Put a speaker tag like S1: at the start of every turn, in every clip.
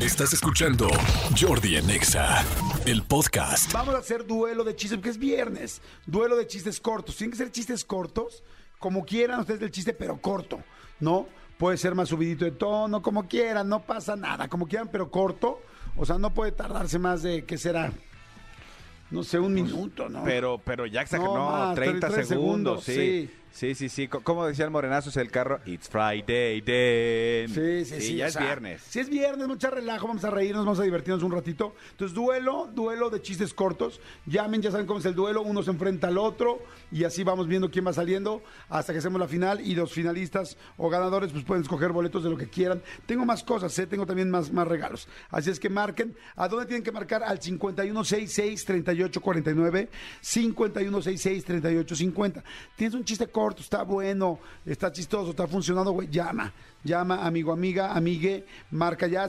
S1: Estás escuchando Jordi en Exa, el podcast.
S2: Vamos a hacer duelo de chistes, porque es viernes. Duelo de chistes cortos. Tienen que ser chistes cortos, como quieran ustedes el chiste, pero corto, ¿no? Puede ser más subidito de tono, como quieran, no pasa nada, como quieran, pero corto. O sea, no puede tardarse más de, ¿qué será? No sé, un minuto, ¿no?
S3: Pero, pero ya exageró,
S2: No, más,
S3: 30
S2: 33
S3: segundos,
S2: segundos,
S3: sí. Sí, sí, sí. Co- Como decía el morenazos el carro, it's Friday then.
S2: Sí, sí, sí.
S3: ya
S2: o
S3: es
S2: sea,
S3: viernes.
S2: Sí, es viernes, mucha relajo, vamos a reírnos, vamos a divertirnos un ratito. Entonces, duelo, duelo de chistes cortos. Llamen, ya saben cómo es el duelo, uno se enfrenta al otro y así vamos viendo quién va saliendo hasta que hacemos la final y los finalistas o ganadores pues pueden escoger boletos de lo que quieran. Tengo más cosas, ¿eh? tengo también más, más regalos. Así es que marquen. ¿A dónde tienen que marcar? Al 5166-3849, 5166-3850. Tienes un chiste corto, está bueno, está chistoso, está funcionando, güey, llama. Llama, amigo, amiga, amigue, marca ya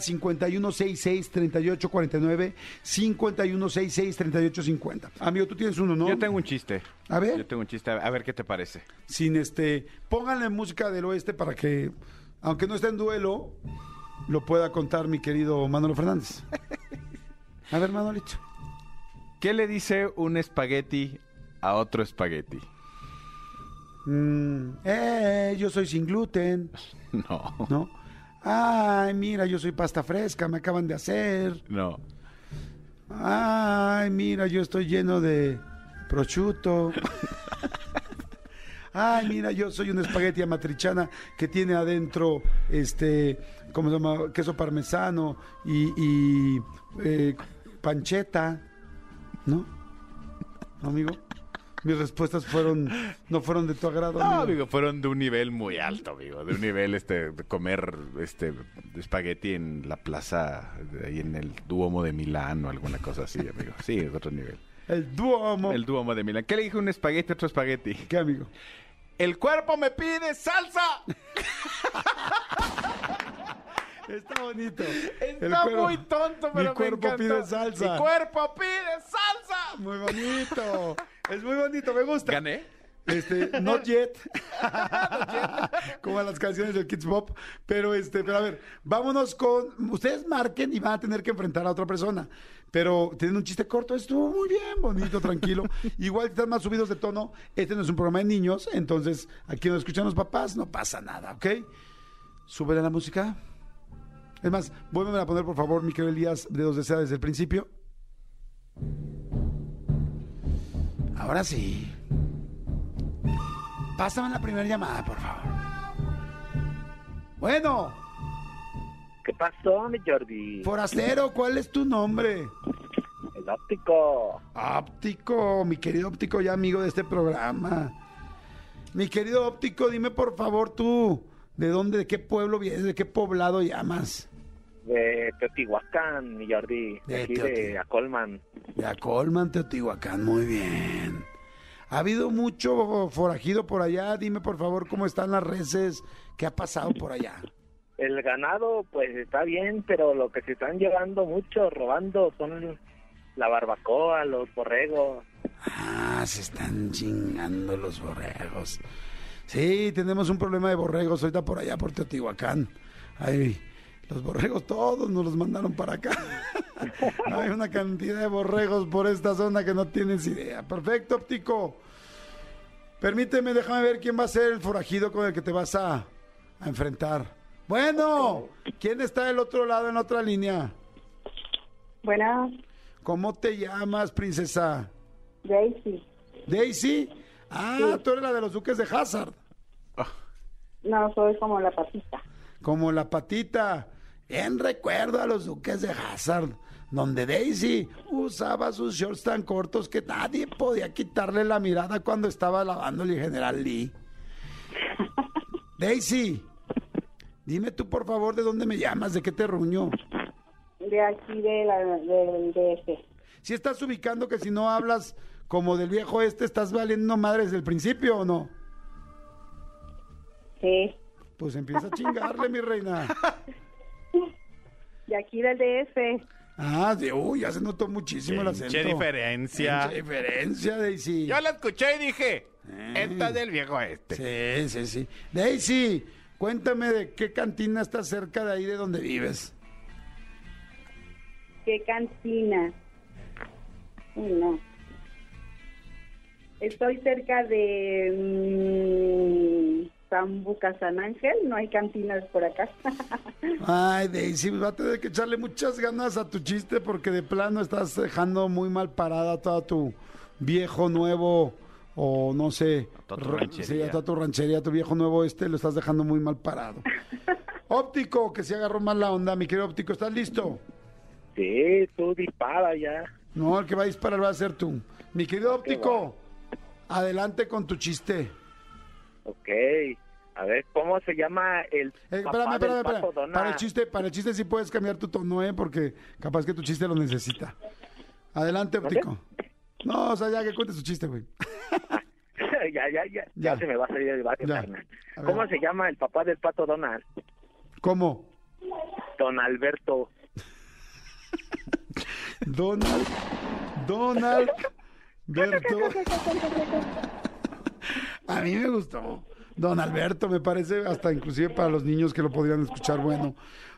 S2: 5166-3849, 5166-3850. Amigo, tú tienes uno, ¿no?
S3: Yo tengo un chiste.
S2: A ver.
S3: Yo tengo un chiste. A ver qué te parece.
S2: Sin este, pónganle música del oeste para que, aunque no esté en duelo, lo pueda contar mi querido Manolo Fernández. A ver, Manolito.
S3: ¿Qué le dice un espagueti a otro espagueti?
S2: Mm, eh, yo soy sin gluten,
S3: No,
S2: ¿no? Ay, mira, yo soy pasta fresca, me acaban de hacer.
S3: no.
S2: Ay, mira, yo estoy lleno de prosciutto. Ay, mira, yo soy un espagueti amatrichana que tiene adentro, este, ¿cómo se llama? Queso parmesano y, y, eh, pancheta, ¿no? ¿No, Amigo, mis respuestas fueron, no fueron de tu agrado.
S3: No,
S2: amigo.
S3: amigo, fueron de un nivel muy alto, amigo. De un nivel, este, de comer, este, espagueti en la plaza, de ahí en el Duomo de Milán o alguna cosa así, amigo. Sí, es otro nivel.
S2: El duomo.
S3: El Duomo de Milán. ¿Qué le dijo un espagueti a otro espagueti?
S2: ¿Qué, amigo?
S3: El cuerpo me pide salsa.
S2: Está bonito.
S3: Está muy tonto, pero
S2: Mi cuerpo
S3: me encantó.
S2: pide salsa.
S3: Mi cuerpo pide salsa.
S2: Muy bonito. Es muy bonito, me gusta.
S3: ¿Gané?
S2: Este, not yet. Como a las canciones del Kids Pop. Pero este, pero a ver, vámonos con. Ustedes marquen y van a tener que enfrentar a otra persona. Pero tienen un chiste corto, estuvo muy bien, bonito, tranquilo. Igual que están más subidos de tono, este no es un programa de niños, entonces aquí nos escuchan los papás, no pasa nada, ¿ok? Súbele la música. Es más, vuelven a poner, por favor, mi querido Elías, dedos de seda desde el principio. Ahora sí. Pásame la primera llamada, por favor. Bueno,
S4: ¿Qué pasó, mi Jordi?
S2: forastero, ¿cuál es tu nombre?
S4: El óptico.
S2: Óptico, mi querido óptico, ya amigo de este programa. Mi querido óptico, dime por favor tú, ¿de dónde, de qué pueblo vienes, de qué poblado llamas?
S4: De Teotihuacán, mi Jordi.
S2: De
S4: De aquí
S2: Teotihuacán.
S4: de Acolman.
S2: De Acolman, Teotihuacán, muy bien. Ha habido mucho forajido por allá, dime por favor cómo están las reses, qué ha pasado por allá.
S4: El ganado, pues está bien, pero lo que se están llevando mucho, robando, son la barbacoa, los borregos.
S2: Ah, se están chingando los borregos. Sí, tenemos un problema de borregos ahorita por allá, por Teotihuacán. Ay, los borregos todos nos los mandaron para acá. Hay una cantidad de borregos por esta zona que no tienes idea. Perfecto, óptico. Permíteme, déjame ver quién va a ser el forajido con el que te vas a, a enfrentar. Bueno, ¿quién está del otro lado en la otra línea?
S5: Bueno,
S2: ¿Cómo te llamas, princesa?
S5: Daisy.
S2: Daisy. Ah, tú eres la de los duques de Hazard.
S5: No, soy como la papita.
S2: Como la patita. En recuerdo a los duques de Hazard, donde Daisy usaba sus shorts tan cortos que nadie podía quitarle la mirada cuando estaba lavando el general Lee. Daisy, dime tú por favor de dónde me llamas, de qué te ruño.
S5: De aquí de la, del DF.
S2: Si estás ubicando que si no hablas como del viejo este, estás valiendo madre desde el principio o no.
S5: Sí.
S2: Pues empieza a chingarle, mi reina.
S5: De aquí del DF.
S2: Ah, de, uy, ya se notó muchísimo el acento.
S3: Qué diferencia.
S2: Pinche diferencia, Daisy.
S3: Yo la escuché y dije,
S2: Eh.
S3: esta es del viejo este.
S2: Sí, sí, sí. Daisy, cuéntame de qué cantina está cerca de ahí de donde vives.
S5: qué cantina. Uy, no. Estoy cerca de mm, Zambuca, San Ángel. No hay cantinas por acá.
S2: Ay, Daisy, pues va a tener que echarle muchas ganas a tu chiste porque de plano estás dejando muy mal parada a toda tu viejo nuevo o no sé.
S3: A toda tu
S2: ra-
S3: ranchería.
S2: Sí, a toda tu ranchería, tu viejo nuevo este, lo estás dejando muy mal parado. óptico, que se agarró mal la onda, mi querido óptico, ¿estás listo?
S4: Sí, tú dispara ya.
S2: No, el que va a disparar va a ser tú. Mi querido óptico, adelante con tu chiste. Eh,
S4: Ok. A ver, ¿cómo se llama el
S2: Eh,
S4: papá
S2: espérame,
S4: del
S2: espérame,
S4: Paco
S2: espérame.
S4: Donald?
S2: Para el chiste, para el chiste sí puedes cambiar tu tono, ¿eh? Porque capaz que tu chiste lo necesita. Adelante, óptico. No, o sea, ya que cuente su chiste, güey.
S4: ya, ya, ya,
S2: Ya.
S4: ya. se me va a salir el barrio,
S2: Ya.
S4: carnal.
S2: A ver.
S4: ¿Cómo se llama el papá del pato Donald?
S2: ¿Cómo?
S4: Don Alberto.
S2: Donald. Donald. Berto. A mí me gustó. Don Alberto, me parece hasta inclusive para los niños que lo podrían escuchar bueno.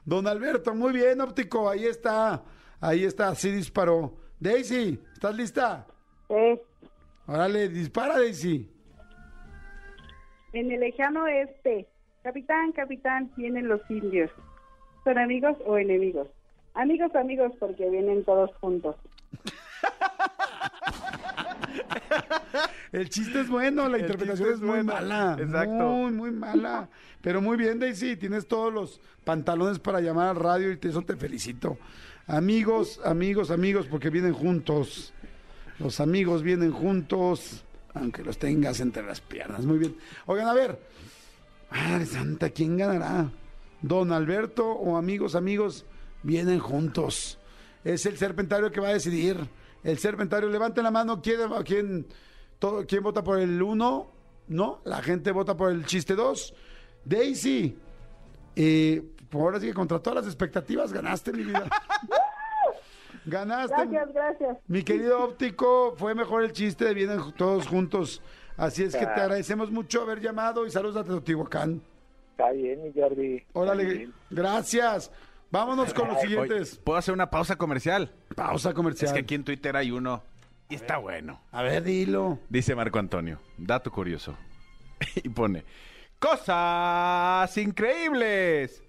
S2: Don Alberto, muy bien, óptico, ahí está. Ahí está, así disparó. Daisy, ¿estás lista?
S5: Sí.
S2: Órale, dispara, Daisy.
S5: En el lejano este, capitán, capitán, vienen los indios. ¿Son amigos o enemigos? Amigos, amigos, porque vienen todos juntos.
S2: El chiste es bueno, la
S3: El
S2: interpretación es,
S3: chiste es
S2: muy
S3: bueno,
S2: mala.
S3: exacto.
S2: Muy, muy mala. Pero muy bien, Daisy, tienes todos los pantalones para llamar al radio y te, eso te felicito. Amigos, amigos, amigos, porque vienen juntos. Los amigos vienen juntos, aunque los tengas entre las piernas. Muy bien. Oigan, a ver. Madre santa, ¿quién ganará? Don Alberto o amigos, amigos, vienen juntos. Es el serpentario que va a decidir. El serpentario, levanten la mano. ¿Quién, quién, todo, quién vota por el 1? No, la gente vota por el chiste 2. Daisy, eh, por ahora sí que contra todas las expectativas ganaste, mi vida. ganaste.
S5: Gracias, gracias.
S2: Mi querido óptico, fue mejor el chiste de vienen todos juntos. Así es que te
S3: Ah.
S2: agradecemos mucho haber llamado y saludos a Teotihuacán.
S4: Está bien, mi Jordi.
S2: Órale, gracias. Vámonos con los
S3: Oye,
S2: siguientes.
S3: ¿Puedo hacer una pausa comercial?
S2: Pausa comercial.
S3: Es que aquí en Twitter hay uno y está bueno.
S2: A ver, dilo.
S3: Dice Marco Antonio, dato curioso. y pone, cosas increíbles.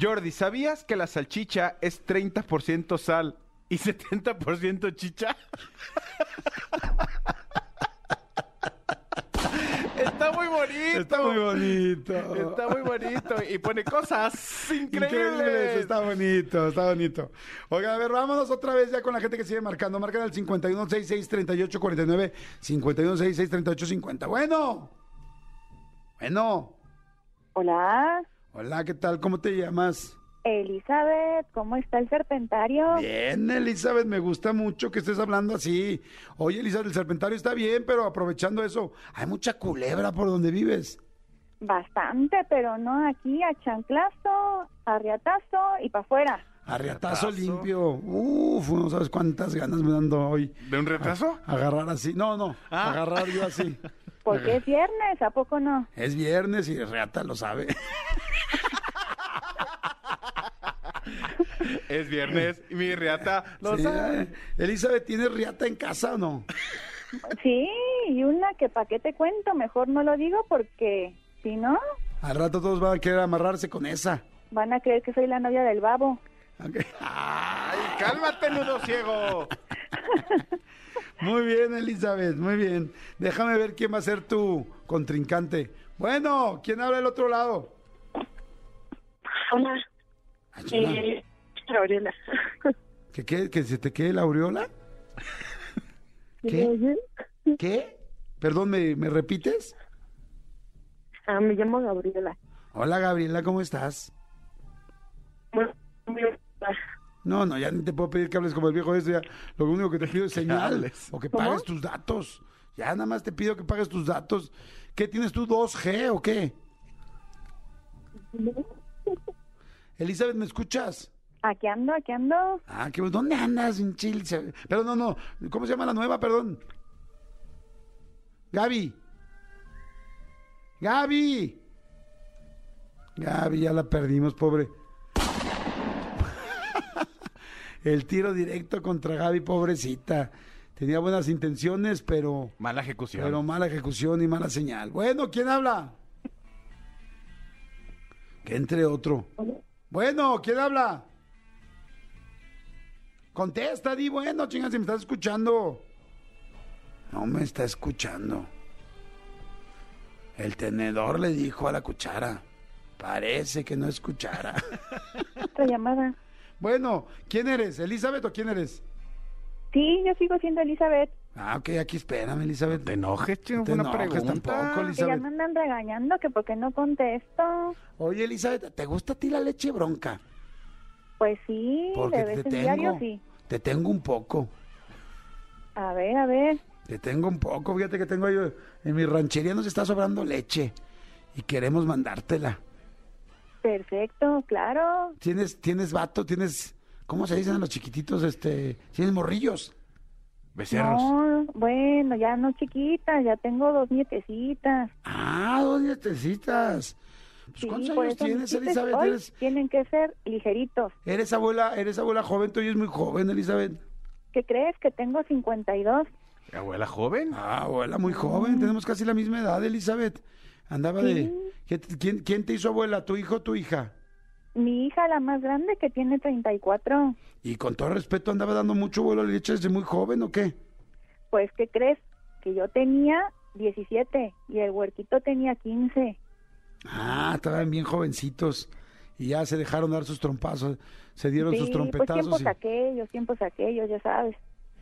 S3: Jordi, ¿sabías que la salchicha es 30% sal y 70% chicha? Está muy bonito.
S2: Está muy bonito.
S3: Está muy bonito. Y pone cosas increíbles.
S2: Increíble, está bonito, está bonito. Oiga, a ver, vámonos otra vez ya con la gente que sigue marcando. Marcan al 51663849, 51663850. Bueno. Bueno.
S6: Hola,
S2: Hola, ¿qué tal? ¿Cómo te llamas?
S6: Elizabeth, ¿cómo está el serpentario?
S2: Bien, Elizabeth, me gusta mucho que estés hablando así. Oye, Elizabeth, el serpentario está bien, pero aprovechando eso, hay mucha culebra por donde vives.
S6: Bastante, pero no aquí, a chanclazo, a riatazo y para afuera.
S2: Arriatazo
S3: Reatazo.
S2: limpio. Uf, no sabes cuántas ganas me dando hoy.
S3: ¿De Ah. un retraso?
S2: Agarrar así. No, no, agarrar yo así.
S6: Porque es viernes, ¿a poco no?
S2: Es viernes y Reata lo sabe.
S3: Es viernes y mi reata lo
S2: Sí,
S3: sabe.
S2: eh. Elizabeth, ¿tienes Riata en casa o no?
S6: Sí, y una que pa' qué te cuento, mejor no lo digo porque si no,
S2: Al rato todos van a querer amarrarse con esa.
S6: van a creer que soy la novia del babo.
S2: Ok.
S3: ¡Ay, cálmate, nudo ciego!
S2: Muy bien, Elizabeth, muy bien. Déjame ver quién va a ser tu contrincante. Bueno, ¿quién habla del otro lado?
S5: Hola,
S2: Ah, chula.
S5: Gabriela.
S2: ¿Que, quede- que se te quede la aureola? ¿Qué? ¿Qué? Perdón, ¿me, me repites?
S5: Ah, me llamo Gabriela.
S2: Hola, Gabriela, ¿cómo estás? No, no, ya ni te puedo pedir que hables como el viejo este. ya. Lo único que te pido es señales
S3: hables.
S2: o que pagues tus datos. Ya nada más te pido que pagues tus datos. ¿Qué tienes tú, 2G o qué? Elizabeth, ¿me escuchas?
S6: Aquí ando, aquí ando.
S2: Ah, qué bueno. ¿Dónde andas, en Chile? Pero no, no. ¿Cómo se llama la nueva? Perdón. Gaby. Gaby. Gaby, ya la perdimos, pobre. el tiro directo contra Gaby, pobrecita. Tenía buenas intenciones, pero,
S3: Mala ejecución.
S2: pero mala ejecución y mala señal. Bueno, ¿quién habla? Que entre otro. Bueno, ¿quién habla? Contesta, di bueno, chinga, si me estás escuchando. No me está escuchando. El tenedor le dijo a la cuchara. Parece que no es cuchara.
S6: Otra llamada.
S2: bueno, ¿quién eres? ¿Elizabeth o quién eres?
S6: Sí, yo sigo siendo Elizabeth.
S2: Ah, ok, aquí espérame, Elizabeth.
S3: Te enojes,
S2: No
S3: chingo,
S2: te
S3: fue una
S2: enojes
S3: pregunta.
S2: tampoco,
S6: Que ya
S2: Elizabeth.
S6: me andan regañando que porque no contesto.
S2: Oye, Elizabeth, ¿te gusta a ti la leche bronca?
S6: Pues sí,
S2: Porque
S6: de vez
S2: te
S6: en
S2: tengo.
S6: diario sí.
S2: Te tengo un poco.
S6: A ver, a ver.
S2: Te tengo un poco, fíjate que tengo yo. En mi ranchería nos está sobrando leche y queremos mandártela.
S6: Perfecto, claro.
S2: ¿Tienes, tienes vato? ¿Tienes. ¿Cómo se dicen a los chiquititos? Este, ¿Tienes morrillos?
S3: Becerros.
S6: No, bueno, ya no chiquita, ya tengo dos nietecitas.
S2: Ah, dos nietecitas. Pues,
S6: Sí,
S2: ¿Cuántos
S6: por
S2: años
S6: eso mis
S2: tienes,
S6: chistes
S2: Elizabeth?
S6: hoy
S2: Eres,
S6: Tienen que ser ligeritos.
S2: eres abuela, eres abuela joven, tú eres muy joven, Elizabeth.
S6: ¿Qué crees? Que tengo 52.
S3: Abuela joven.
S2: Ah, abuela muy joven,
S6: Mm.
S2: tenemos casi la misma edad, Elizabeth. Andaba de... ¿Qué- ¿Quién, quién te hizo abuela? ¿Tu hijo o tu hija?
S6: Mi hija, la más grande, que tiene 34.
S2: Y con todo respeto, ¿andaba dando mucho vuelo a la leche desde muy joven o qué?
S6: Pues, ¿qué crees? Que yo tenía 17 y el huerquito tenía 15.
S2: Ah, estaban bien jovencitos y ya se dejaron dar sus trompazos, se dieron sus
S6: sí, pues
S2: trompetazos.
S6: tiempos
S2: y-
S6: aquellos, tiempos aquellos, ya sabes.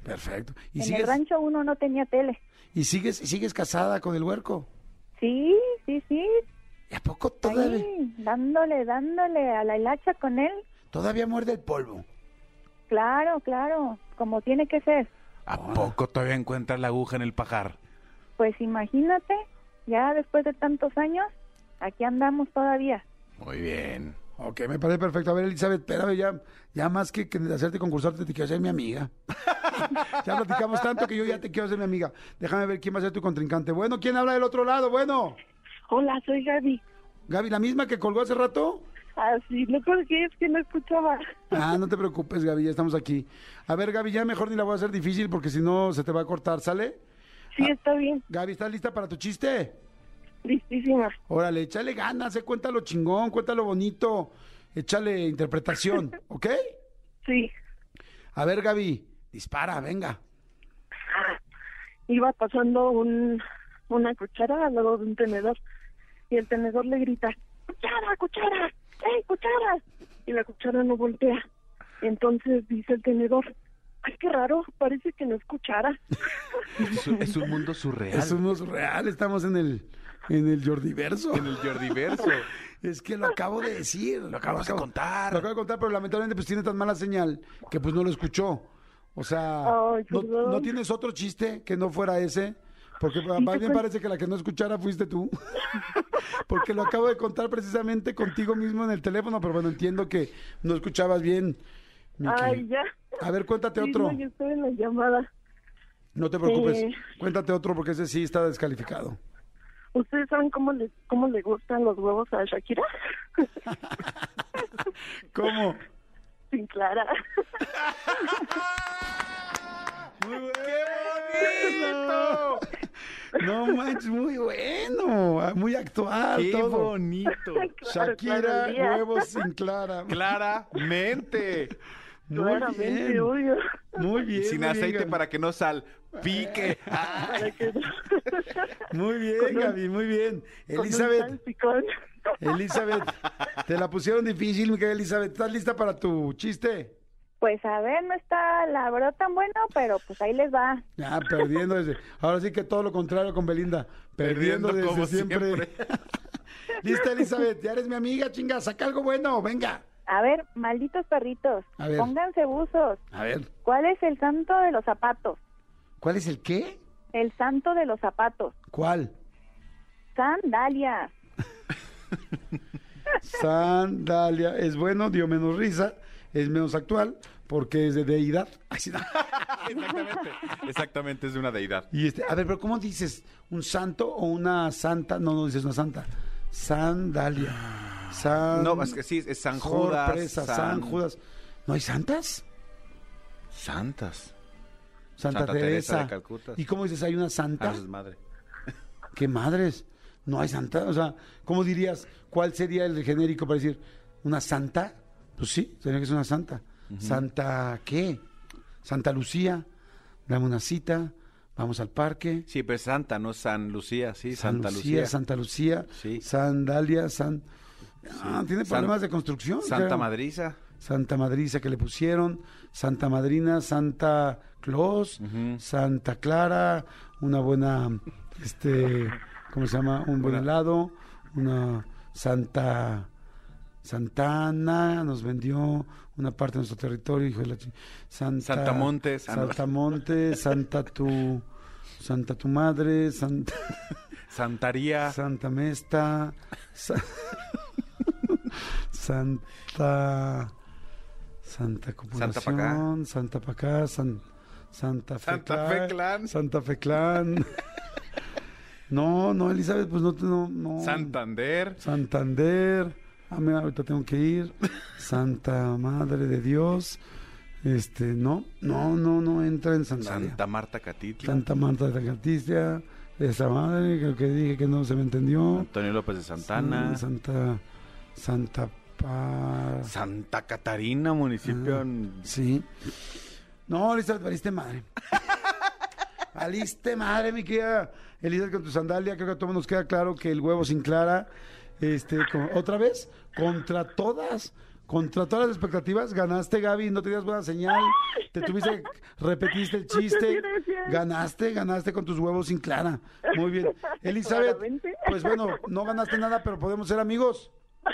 S2: Perfecto. ¿Y
S6: En
S2: sigues,
S6: el rancho uno no tenía tele.
S2: ¿Y sigues sigues casada con el huerco?
S6: Sí, sí, sí.
S2: ¿Y a poco todavía,
S6: Ahí, dándole, dándole a la hilacha con él.
S2: todavía muerde el polvo?
S6: Claro, claro, como tiene que ser.
S3: ¿A poco todavía encuentra la aguja en el pajar?
S6: Pues imagínate, ya después de tantos años, aquí andamos todavía.
S3: Muy bien.
S2: Ok, me parece perfecto. A ver, Elizabeth, espérame, ya, ya más que, que hacerte concursarte, te quiero hacer mi amiga. ya platicamos tanto que yo ya te quiero hacer mi amiga. Déjame ver quién va a ser tu contrincante. Bueno, ¿quién habla del otro lado? Bueno,
S7: Hola, soy Gaby.
S2: Gaby, ¿la misma que colgó hace rato?
S7: Así, lo peor que es que no escuchaba.
S2: Ah, no te preocupes, Gaby, ya estamos aquí. A ver, Gaby, ya mejor ni la voy a hacer difícil porque si no se te va a cortar, ¿sale?
S7: Sí,
S6: Ah.
S7: está bien,
S2: Gaby, ¿estás lista para tu chiste?
S7: listísima.
S2: Órale, échale ganas, eh, cuéntalo chingón, cuéntalo bonito, échale interpretación, ¿ok?
S7: Sí,
S2: A ver, Gaby, dispara, venga.
S7: iba pasando un, una cuchara al lado de un tenedor y el tenedor le grita, cuchara, cuchara, hey, cuchara. Y la cuchara no voltea. Entonces dice el tenedor, ay, qué raro, parece que no es cuchara.
S3: Este Es un, es un mundo surreal.
S2: Es uno surreal, estamos en el, en el Jordiverso.
S3: En el Jordiverso.
S2: Es que lo acabo de decir. Lo acabas de contar. Lo acabo de contar, pero lamentablemente pues tiene tan mala señal que pues no lo escuchó. O sea,
S7: Ay,
S2: no,
S7: perdón.
S2: ¿no tienes otro chiste que no fuera ese? Porque pa-
S7: te
S2: más bien
S7: cuento.
S2: parece que la que no escuchara fuiste tú. Porque lo acabo de contar precisamente contigo mismo en el teléfono, pero bueno, entiendo que no escuchabas bien. Miki.
S7: Ay, ya.
S2: A ver, cuéntate
S7: Sí,
S2: otro.
S7: no, yo estoy en la llamada.
S2: No te preocupes.
S7: Eh.
S2: Cuéntate otro porque ese sí está descalificado.
S7: ¿Ustedes saben cómo le, cómo le gustan los huevos a Shakira?
S2: ¿Cómo?
S7: Sin clara.
S3: ¡Qué bonito!
S2: No manches, muy bueno, ah, muy actual
S3: ¡Qué
S2: todo.
S3: bonito!
S7: Claro,
S2: Shakira,
S7: todo el día.
S2: huevos sin clara.
S3: Claramente.
S2: Muy bien.
S7: obvio.
S2: Muy bien.
S3: Y sin
S2: muy bien,
S3: aceite
S2: Gaby.
S3: para que no sal. Pique.
S7: Para que no-
S2: Muy bien,
S7: con un-
S2: Gaby, muy bien.
S7: con un
S2: Elizabeth,
S7: salpicón.
S2: Elizabeth, te la pusieron difícil, mi querida Elizabeth. ¿Estás lista para tu chiste?
S6: Pues a ver, no está la verdad tan bueno, pero pues ahí les va.
S2: Ya, Ah, perdiendo desde. Ahora sí que todo lo contrario con Belinda. Perdiendo,
S3: Perdiendo
S2: desde
S3: como
S2: siempre.
S3: siempre.
S2: Lista, Elizabeth, ya eres mi amiga, chinga. Saca algo bueno, venga.
S6: A ver, malditos perritos,
S2: A ver.
S6: pónganse buzos.
S2: A ver,
S6: ¿Cuál es el santo de los zapatos?
S2: ¿cuál es el qué?
S6: El santo de los zapatos.
S2: ¿Cuál?
S6: Sandalias.
S2: Sandalia. Es bueno, dio menos risa, es menos actual, porque es de deidad. Ay, sí, no.
S3: Exactamente. Exactamente, es de una deidad.
S2: Y este, a ver, pero ¿cómo dices? ¿Un santo o una santa? No, no dices una santa. Sandalia. San...
S3: No, es que sí, es San Judas.
S2: Sorpresa, San... Judas. ¿No hay santas?
S3: Santas.
S2: Santa,
S3: Santa
S2: Teresa.
S3: Teresa de Calcuta.
S2: ¿Y cómo dices, hay una santa?
S3: Ah, es madre.
S2: ¿Qué madres? No hay santa. O sea, ¿cómo dirías? ¿Cuál sería el genérico para decir una santa? Pues sí, sería que es una santa. ¿Santa qué? Santa Lucía. Dame una cita. Vamos al parque.
S3: Sí, pero es Santa, no San Lucía, sí,
S2: San
S3: Santa Lucía.
S2: Santa Lucía.
S3: Sí.
S2: Sandalia. San... Ah, tiene
S3: San-
S2: problemas de construcción.
S3: Santa
S2: creo.
S3: Madriza.
S2: Santa Madriza que le pusieron, Santa Madrina, Santa Claus,
S3: Ujú.
S2: Santa Clara, una buena, este, ¿cómo se llama? Un buen
S3: Una-
S2: helado, una Santa Santana nos vendió una parte de nuestro territorio, hijo de la chi- Santa,
S3: Santa Montes. Ah, no.
S2: Santa Montes, Santa tu, Santa tu madre, Santa
S3: Santaría.
S2: Santa Mesta. Sa- Santa. Santa
S3: Santa
S2: Copulación. Santa Pacá. San- Santa Fe
S3: Santa Fe Clan.
S2: Santa Fe Clan. no, no, Elizabeth, pues no. te- no, no.
S3: Santander.
S2: Santander. Ah, mira, ahorita tengo que ir. Santa Madre de Dios. Este, no, no, no, no entra en Santander.
S3: Santa Marta Catitla.
S2: Santa Marta de Caticia, de esa madre, creo que dije que no se me entendió.
S3: Antonio López de Santana.
S2: San- Mm, Santa. Santa Pa.
S3: Santa Catarina, municipio.
S2: Ah,
S3: en-
S2: Sí. No, Elizabeth, valiste madre. valiste madre, mi querida Elizabeth, con tu sandalia. Creo que a todos nos queda claro que el huevo sin clara, este, con- otra vez, contra todas. Contra todas las expectativas, ganaste, Gaby, no tenías buena señal, te tuviste, repetiste el chiste,
S7: Muchas gracias.
S2: ganaste, ganaste con tus huevos sin clara. Muy bien. Elizabeth,
S7: Claramente.
S2: pues bueno, no ganaste nada, pero podemos ser amigos.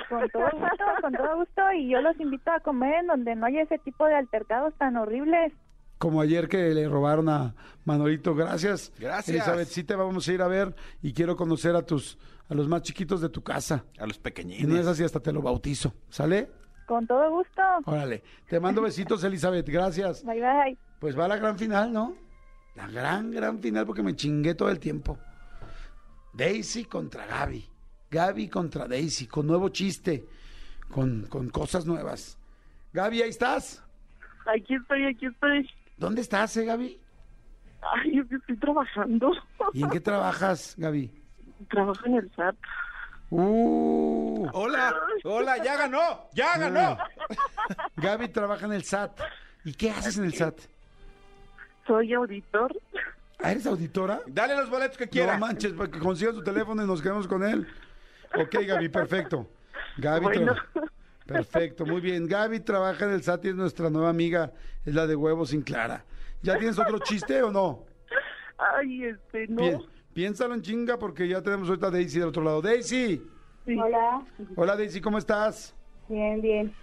S6: Con todo gusto, con todo gusto. Y yo los invito a comer en donde no haya ese tipo de altercados tan horribles.
S2: como ayer que le robaron a Manolito. Gracias.
S3: Gracias.
S2: Elizabeth, sí te vamos a ir a ver y quiero conocer a tus a los más chiquitos de tu casa. Y no
S3: A los
S2: es
S3: pequeñines.
S2: así hasta te lo bautizo. ¿Sale?
S6: Con todo gusto.
S2: Órale. Te mando besitos, Elizabeth. Gracias.
S6: Bye bye.
S2: Pues va a la gran final, ¿no? La gran, gran final porque me chingué todo el tiempo. Daisy contra Gaby. Gaby contra Daisy, con nuevo chiste, con, con cosas nuevas. Gaby, ¿ahí estás?
S7: Aquí estoy, aquí estoy.
S2: ¿Dónde estás, eh, Gaby?
S7: Ay, es que estoy trabajando.
S2: ¿Y en qué trabajas, Gaby?
S7: Trabajo en el SAT.
S2: Uh,
S3: Hola, hola, ya ganó,
S2: Ah.
S3: ya ganó.
S2: Gaby trabaja en el SAT. ¿Y qué haces en el SAT?
S7: Soy auditor.
S2: ¿Ah, ¿Eres auditora?
S3: Dale los boletos que quiera.
S2: No manches, para que consiga su teléfono y nos quedemos con él. Ok, Gaby, perfecto. Gaby tra-
S7: Bueno.
S2: Perfecto, muy bien. Gaby trabaja en el SAT y es nuestra nueva amiga, es la de huevos sin clara. ¿Ya tienes otro chiste o no?
S7: Ay, este, no.
S2: Pi- piénsalo en chinga porque ya tenemos ahorita a Daisy del otro lado. Daisy,
S7: Sí.
S5: Hola,
S2: hola Daisy, ¿cómo estás?
S5: bien, bien.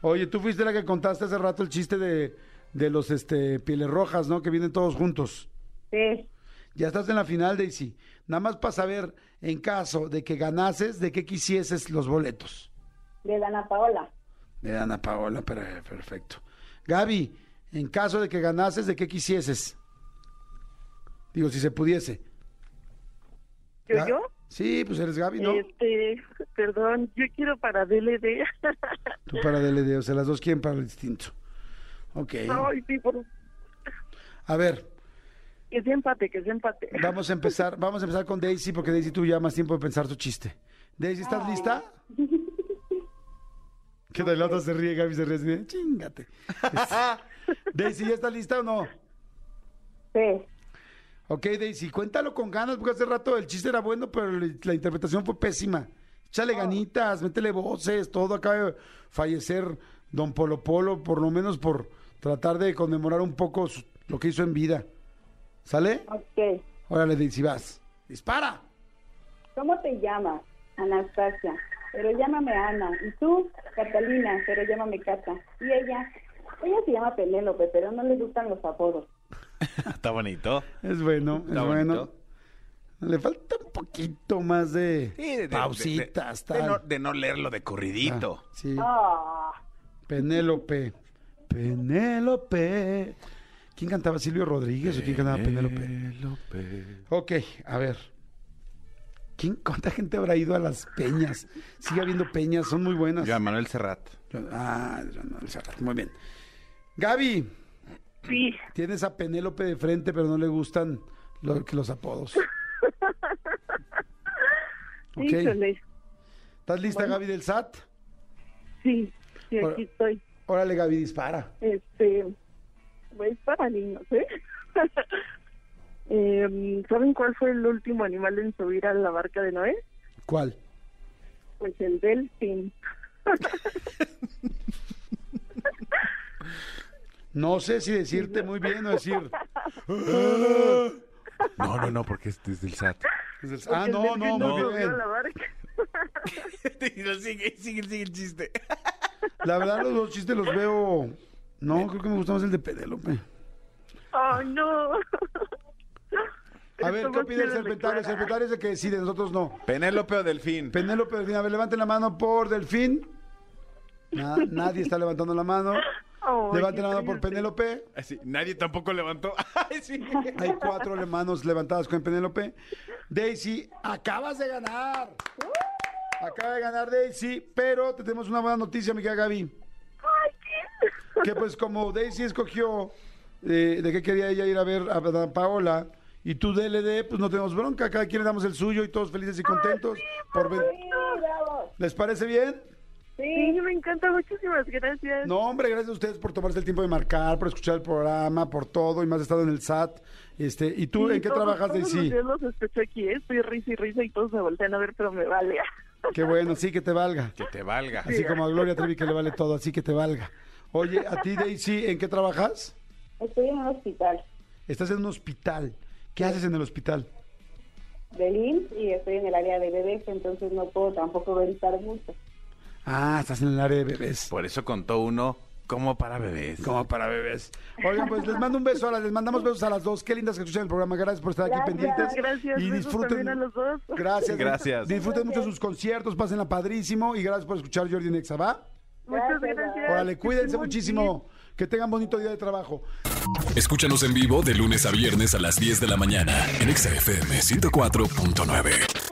S2: Oye, tú fuiste la que contaste hace rato el chiste de, de los este, pieles rojas, ¿no? Que vienen todos juntos.
S5: Sí,
S2: Ya estás en la final, Daisy. Nada más para saber, en caso de que ganases, de qué quisieses los boletos.
S5: de Dana Paola.
S2: De Ana Paola, per- perfecto. Gaby, en caso de que ganases, ¿de qué quisieses? Digo, si se pudiese.
S7: ¿Yo,
S2: Ga-
S7: yo?
S2: Sí, pues eres Gaby, ¿no?
S7: Este, perdón, yo quiero para DLD.
S2: Tú para DLD, o sea, las dos quieren para lo distinto. Ok.
S7: Ay, sí, por...
S2: A ver,
S7: que sea empate, que sea empate.
S2: vamos a empezar, vamos a empezar con Daisy, porque Daisy tú ya más tiempo de pensar tu chiste. Daisy, ¿estás lista? ¿Qué tal? La otra se ríe, Gaby se ríe así de, chingate. Daisy, ¿ya estás lista o no?
S5: Sí,
S2: Ok, Daisy, cuéntalo con ganas, porque hace rato el chiste era bueno, pero la la interpretación fue pésima. Échale ganitas, métele voces, todo. Acaba de fallecer Don Polo Polo, por lo menos por tratar de conmemorar un poco su- lo que hizo en vida. ¿Sale?
S5: ok.
S2: Órale, Daisy, vas. ¡Dispara!
S5: ¿Cómo te llamas? Anastasia. Pero llámame Ana. ¿Y tú? Catalina. Pero llámame Cata. ¿Y ella? Ella se llama Penélope, pero no le gustan los apodos.
S3: Está bonito.
S2: Es bueno, es
S3: Está
S2: bueno.
S3: bonito.
S2: Le falta un poquito más de,
S3: Sí, de- de- de-
S2: pausitas,
S3: de, de
S2: tal.
S3: no, de no leerlo de corridito.
S2: Ah, sí.
S5: Ah,
S2: Penélope. Penélope. ¿Quién cantaba? ¿Silvio Rodríguez o quién cantaba
S3: Eh.
S2: Penélope?
S3: Penélope.
S2: Ok, a ver. ¿Quién, ¿Cuánta gente habrá ido a las peñas? Sigue habiendo peñas, son muy buenas.
S3: Joan Manuel Serrat.
S2: Ah, Manuel Serrat, muy bien. Gaby,
S7: Sí,
S2: Tienes a Penélope de frente, pero no le gustan lo- que los apodos. Ok.
S7: híjole,
S2: ¿Estás lista, Gaby del SAT?
S7: sí, sí, aquí
S2: Ahora-
S7: estoy.
S2: Órale, Gaby, dispara.
S7: Este, pues para niños, ¿eh? Em, ¿Saben cuál fue el último animal en subir a la barca de Noé?
S2: ¿Cuál?
S7: Pues el delfín.
S2: No sé si decirte muy bien o decir.
S8: No, no, no, porque este es del SAT.
S2: Ah,
S7: El
S2: no,
S7: delfín
S2: no,
S7: no
S2: muy
S7: subió
S2: bien.
S7: a la barca.
S8: sigue, sigue, sigue el chiste.
S2: La verdad, los dos chistes los veo. No, creo que me gusta más el de Penélope.
S7: ¡Oh, no!
S2: A ver, ¿qué
S7: Somos
S2: opina el
S7: fieles de
S2: serpentario? El
S7: Clara.
S2: serpentario es el que decide, nosotros no.
S8: Penélope o Delfín.
S2: Penélope Delfín, a ver, levanten la mano por Delfín. Na- nadie está levantando la mano.
S7: Ay,
S2: levanten la mano
S7: qué
S2: por
S7: triste.
S2: Penélope.
S8: Así, nadie tampoco levantó. Ay, sí.
S2: Hay cuatro manos levantadas con Penélope. Daisy, acabas de ganar. Acaba de ganar Daisy, pero te tenemos una buena noticia, mi querida Gaby. Que pues como Daisy escogió eh, de qué quería ella ir a ver a Dan Paola y tú DLD, pues no tenemos bronca. Cada quien le damos el suyo y todos felices y contentos. por ven- ¿Les parece bien?
S7: Sí, me encanta, muchísimas gracias.
S2: No, hombre, gracias a ustedes por tomarse el tiempo de marcar, por escuchar el programa, por todo y más estado en el SAT. Este, ¿Y tú
S7: Sí,
S2: en qué
S7: todos-
S2: trabajas,
S7: todos
S2: Daisy?
S7: los días los escucho aquí, ¿eh? estoy risa y risa y todos me voltean a ver, pero me vale.
S2: Qué bueno, sí, que te valga.
S8: Que te valga.
S2: Así como a Gloria Trevi que le vale todo, así que te valga. Oye, a ti, Daisy, ¿en qué trabajas?
S5: Estoy en un hospital
S2: Estás en un hospital. ¿Qué haces en el hospital?
S5: de IMSS y estoy en el área de bebés, entonces no puedo tampoco gritar mucho.
S2: Ah, estás en el área de bebés.
S8: Por eso contó uno como para bebés.
S2: Como para bebés. Oigan, pues les mando un beso a las, les mandamos besos a las dos. Qué lindas que escuchan el programa. Gracias por estar aquí
S5: Gracias.
S2: pendientes.
S7: Gracias,
S2: y
S7: besos
S2: disfruten.
S7: también a los dos.
S2: Gracias.
S8: Gracias.
S2: Disfruten mucho sus conciertos, pásenla padrísimo y gracias por escuchar Jordi Nexa, ¿va?
S7: Muchas
S5: Gracias.
S7: gracias.
S2: Órale, cuídense
S7: Estén muy bien.
S2: muchísimo. Que tengan bonito día de trabajo.
S1: Escúchanos en vivo de lunes a viernes a las 10 de la mañana en Exa FM 104.9.